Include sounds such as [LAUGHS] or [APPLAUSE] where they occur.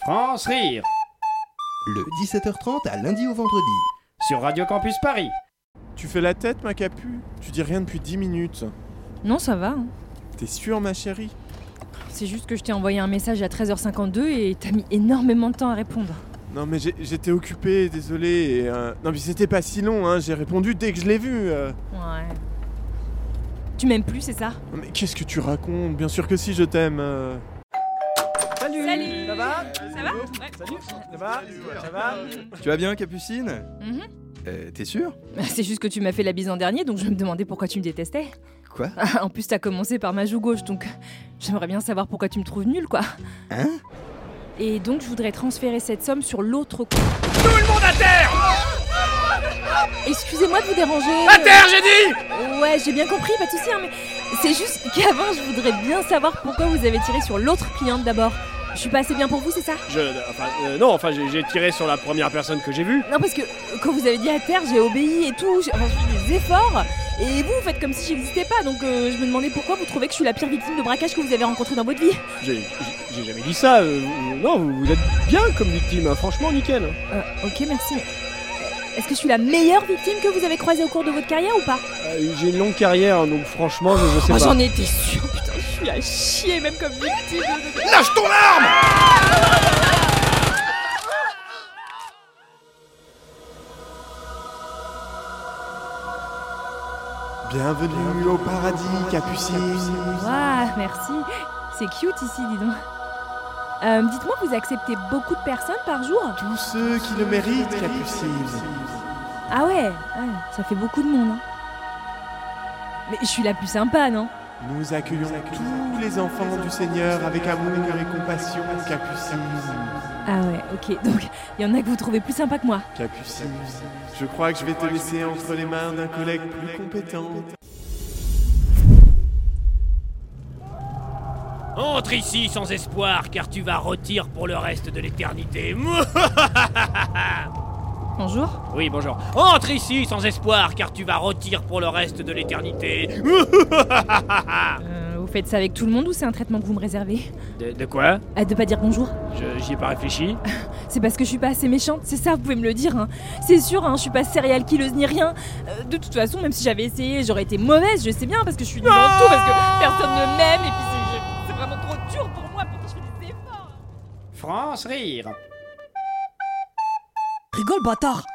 France Rire Le 17h30 à lundi au vendredi. sur Radio Campus Paris. Tu fais la tête, ma capu Tu dis rien depuis 10 minutes. Non, ça va. hein. T'es sûre, ma chérie C'est juste que je t'ai envoyé un message à 13h52 et t'as mis énormément de temps à répondre. Non, mais j'ai- j'étais occupé, désolé. et, euh, Non, mais c'était pas si long, hein. J'ai répondu dès que je l'ai vu. euh. Ouais. Tu m'aimes plus, c'est ça Non, Mais qu'est-ce que tu racontes Bien sûr que si, je t'aime. euh. Salut, Salut. Ça va Ça va Salut Ça va Ça va Tu vas bien, Capucine Mhm. Euh, T'es sûr [LAUGHS] C'est juste que tu m'as fait la bise en dernier, donc je me demandais pourquoi tu me détestais. Quoi [LAUGHS] En plus, t'as commencé par ma joue gauche, donc j'aimerais bien savoir pourquoi tu me trouves nulle, quoi. Hein Et donc, je voudrais transférer cette somme sur l'autre compte. Tout le monde à terre Excusez-moi de vous déranger. À terre, j'ai dit Ouais, j'ai bien compris, pas de soucis, hein, mais c'est juste qu'avant, je voudrais bien savoir pourquoi vous avez tiré sur l'autre cliente d'abord. Je suis pas assez bien pour vous, c'est ça Je, enfin, euh, non, enfin, j'ai j'ai tiré sur la première personne que j'ai vue. Non, parce que quand vous avez dit à terre, j'ai obéi et tout, j'ai enfin, j'ai fait des efforts, et vous, vous faites comme si j'existais pas, donc euh, je me demandais pourquoi vous trouvez que je suis la pire victime de braquage que vous avez rencontrée dans votre vie. J'ai j'ai jamais dit ça. euh, non, vous, vous êtes bien comme victime, hein, franchement, nickel. Euh, ok, merci. mais, euh, Est-ce que je suis la meilleure victime que vous avez croisée au cours de votre carrière ou pas Euh, j'ai une longue carrière, donc franchement, je, je sais pas. Oh, J'en étais sûre, putain, je suis à chier même comme victime. de- de- Lâche ton arme Bienvenue au paradis, Capucine. Ouah, Ah, merci. C'est cute ici, dis donc. Euh, Dites-moi, vous acceptez beaucoup de personnes par jour Tous ceux qui le méritent, Capucine. Ah ouais, ouais, ça fait beaucoup de monde. hein. Mais je suis la plus sympa, non Nous accueillons tous les enfants du Seigneur avec amour et compassion, Capucine. Ah ouais, ok. [LAUGHS] Donc, il y en a que vous trouvez plus sympa que moi. Capucine, je crois que je vais te laisser entre les mains d'un collègue plus compétent. Entre ici sans espoir, car tu vas rôtir pour le reste de l'éternité. [LAUGHS] Bonjour. Oui, bonjour. Entre ici sans espoir, car tu vas rôtir pour le reste de l'éternité. Euh, vous faites ça avec tout le monde ou c'est un traitement que vous me réservez De, de quoi Hâte de pas dire bonjour. Je- J'y ai pas [LAUGHS] réfléchi. C'est parce que je suis pas assez méchante, c'est ça, vous pouvez me le dire. hein. C'est sûr, hein, je suis pas serial killeuse ni rien. Euh, de toute façon, même si j'avais essayé, j'aurais été mauvaise, je sais bien, parce que je suis nulle en tout, parce que personne ne m'aime, et puis c'est- je- c'est vraiment trop dur pour moi pour que je fasse des efforts. France Rire. Rigole, bâtard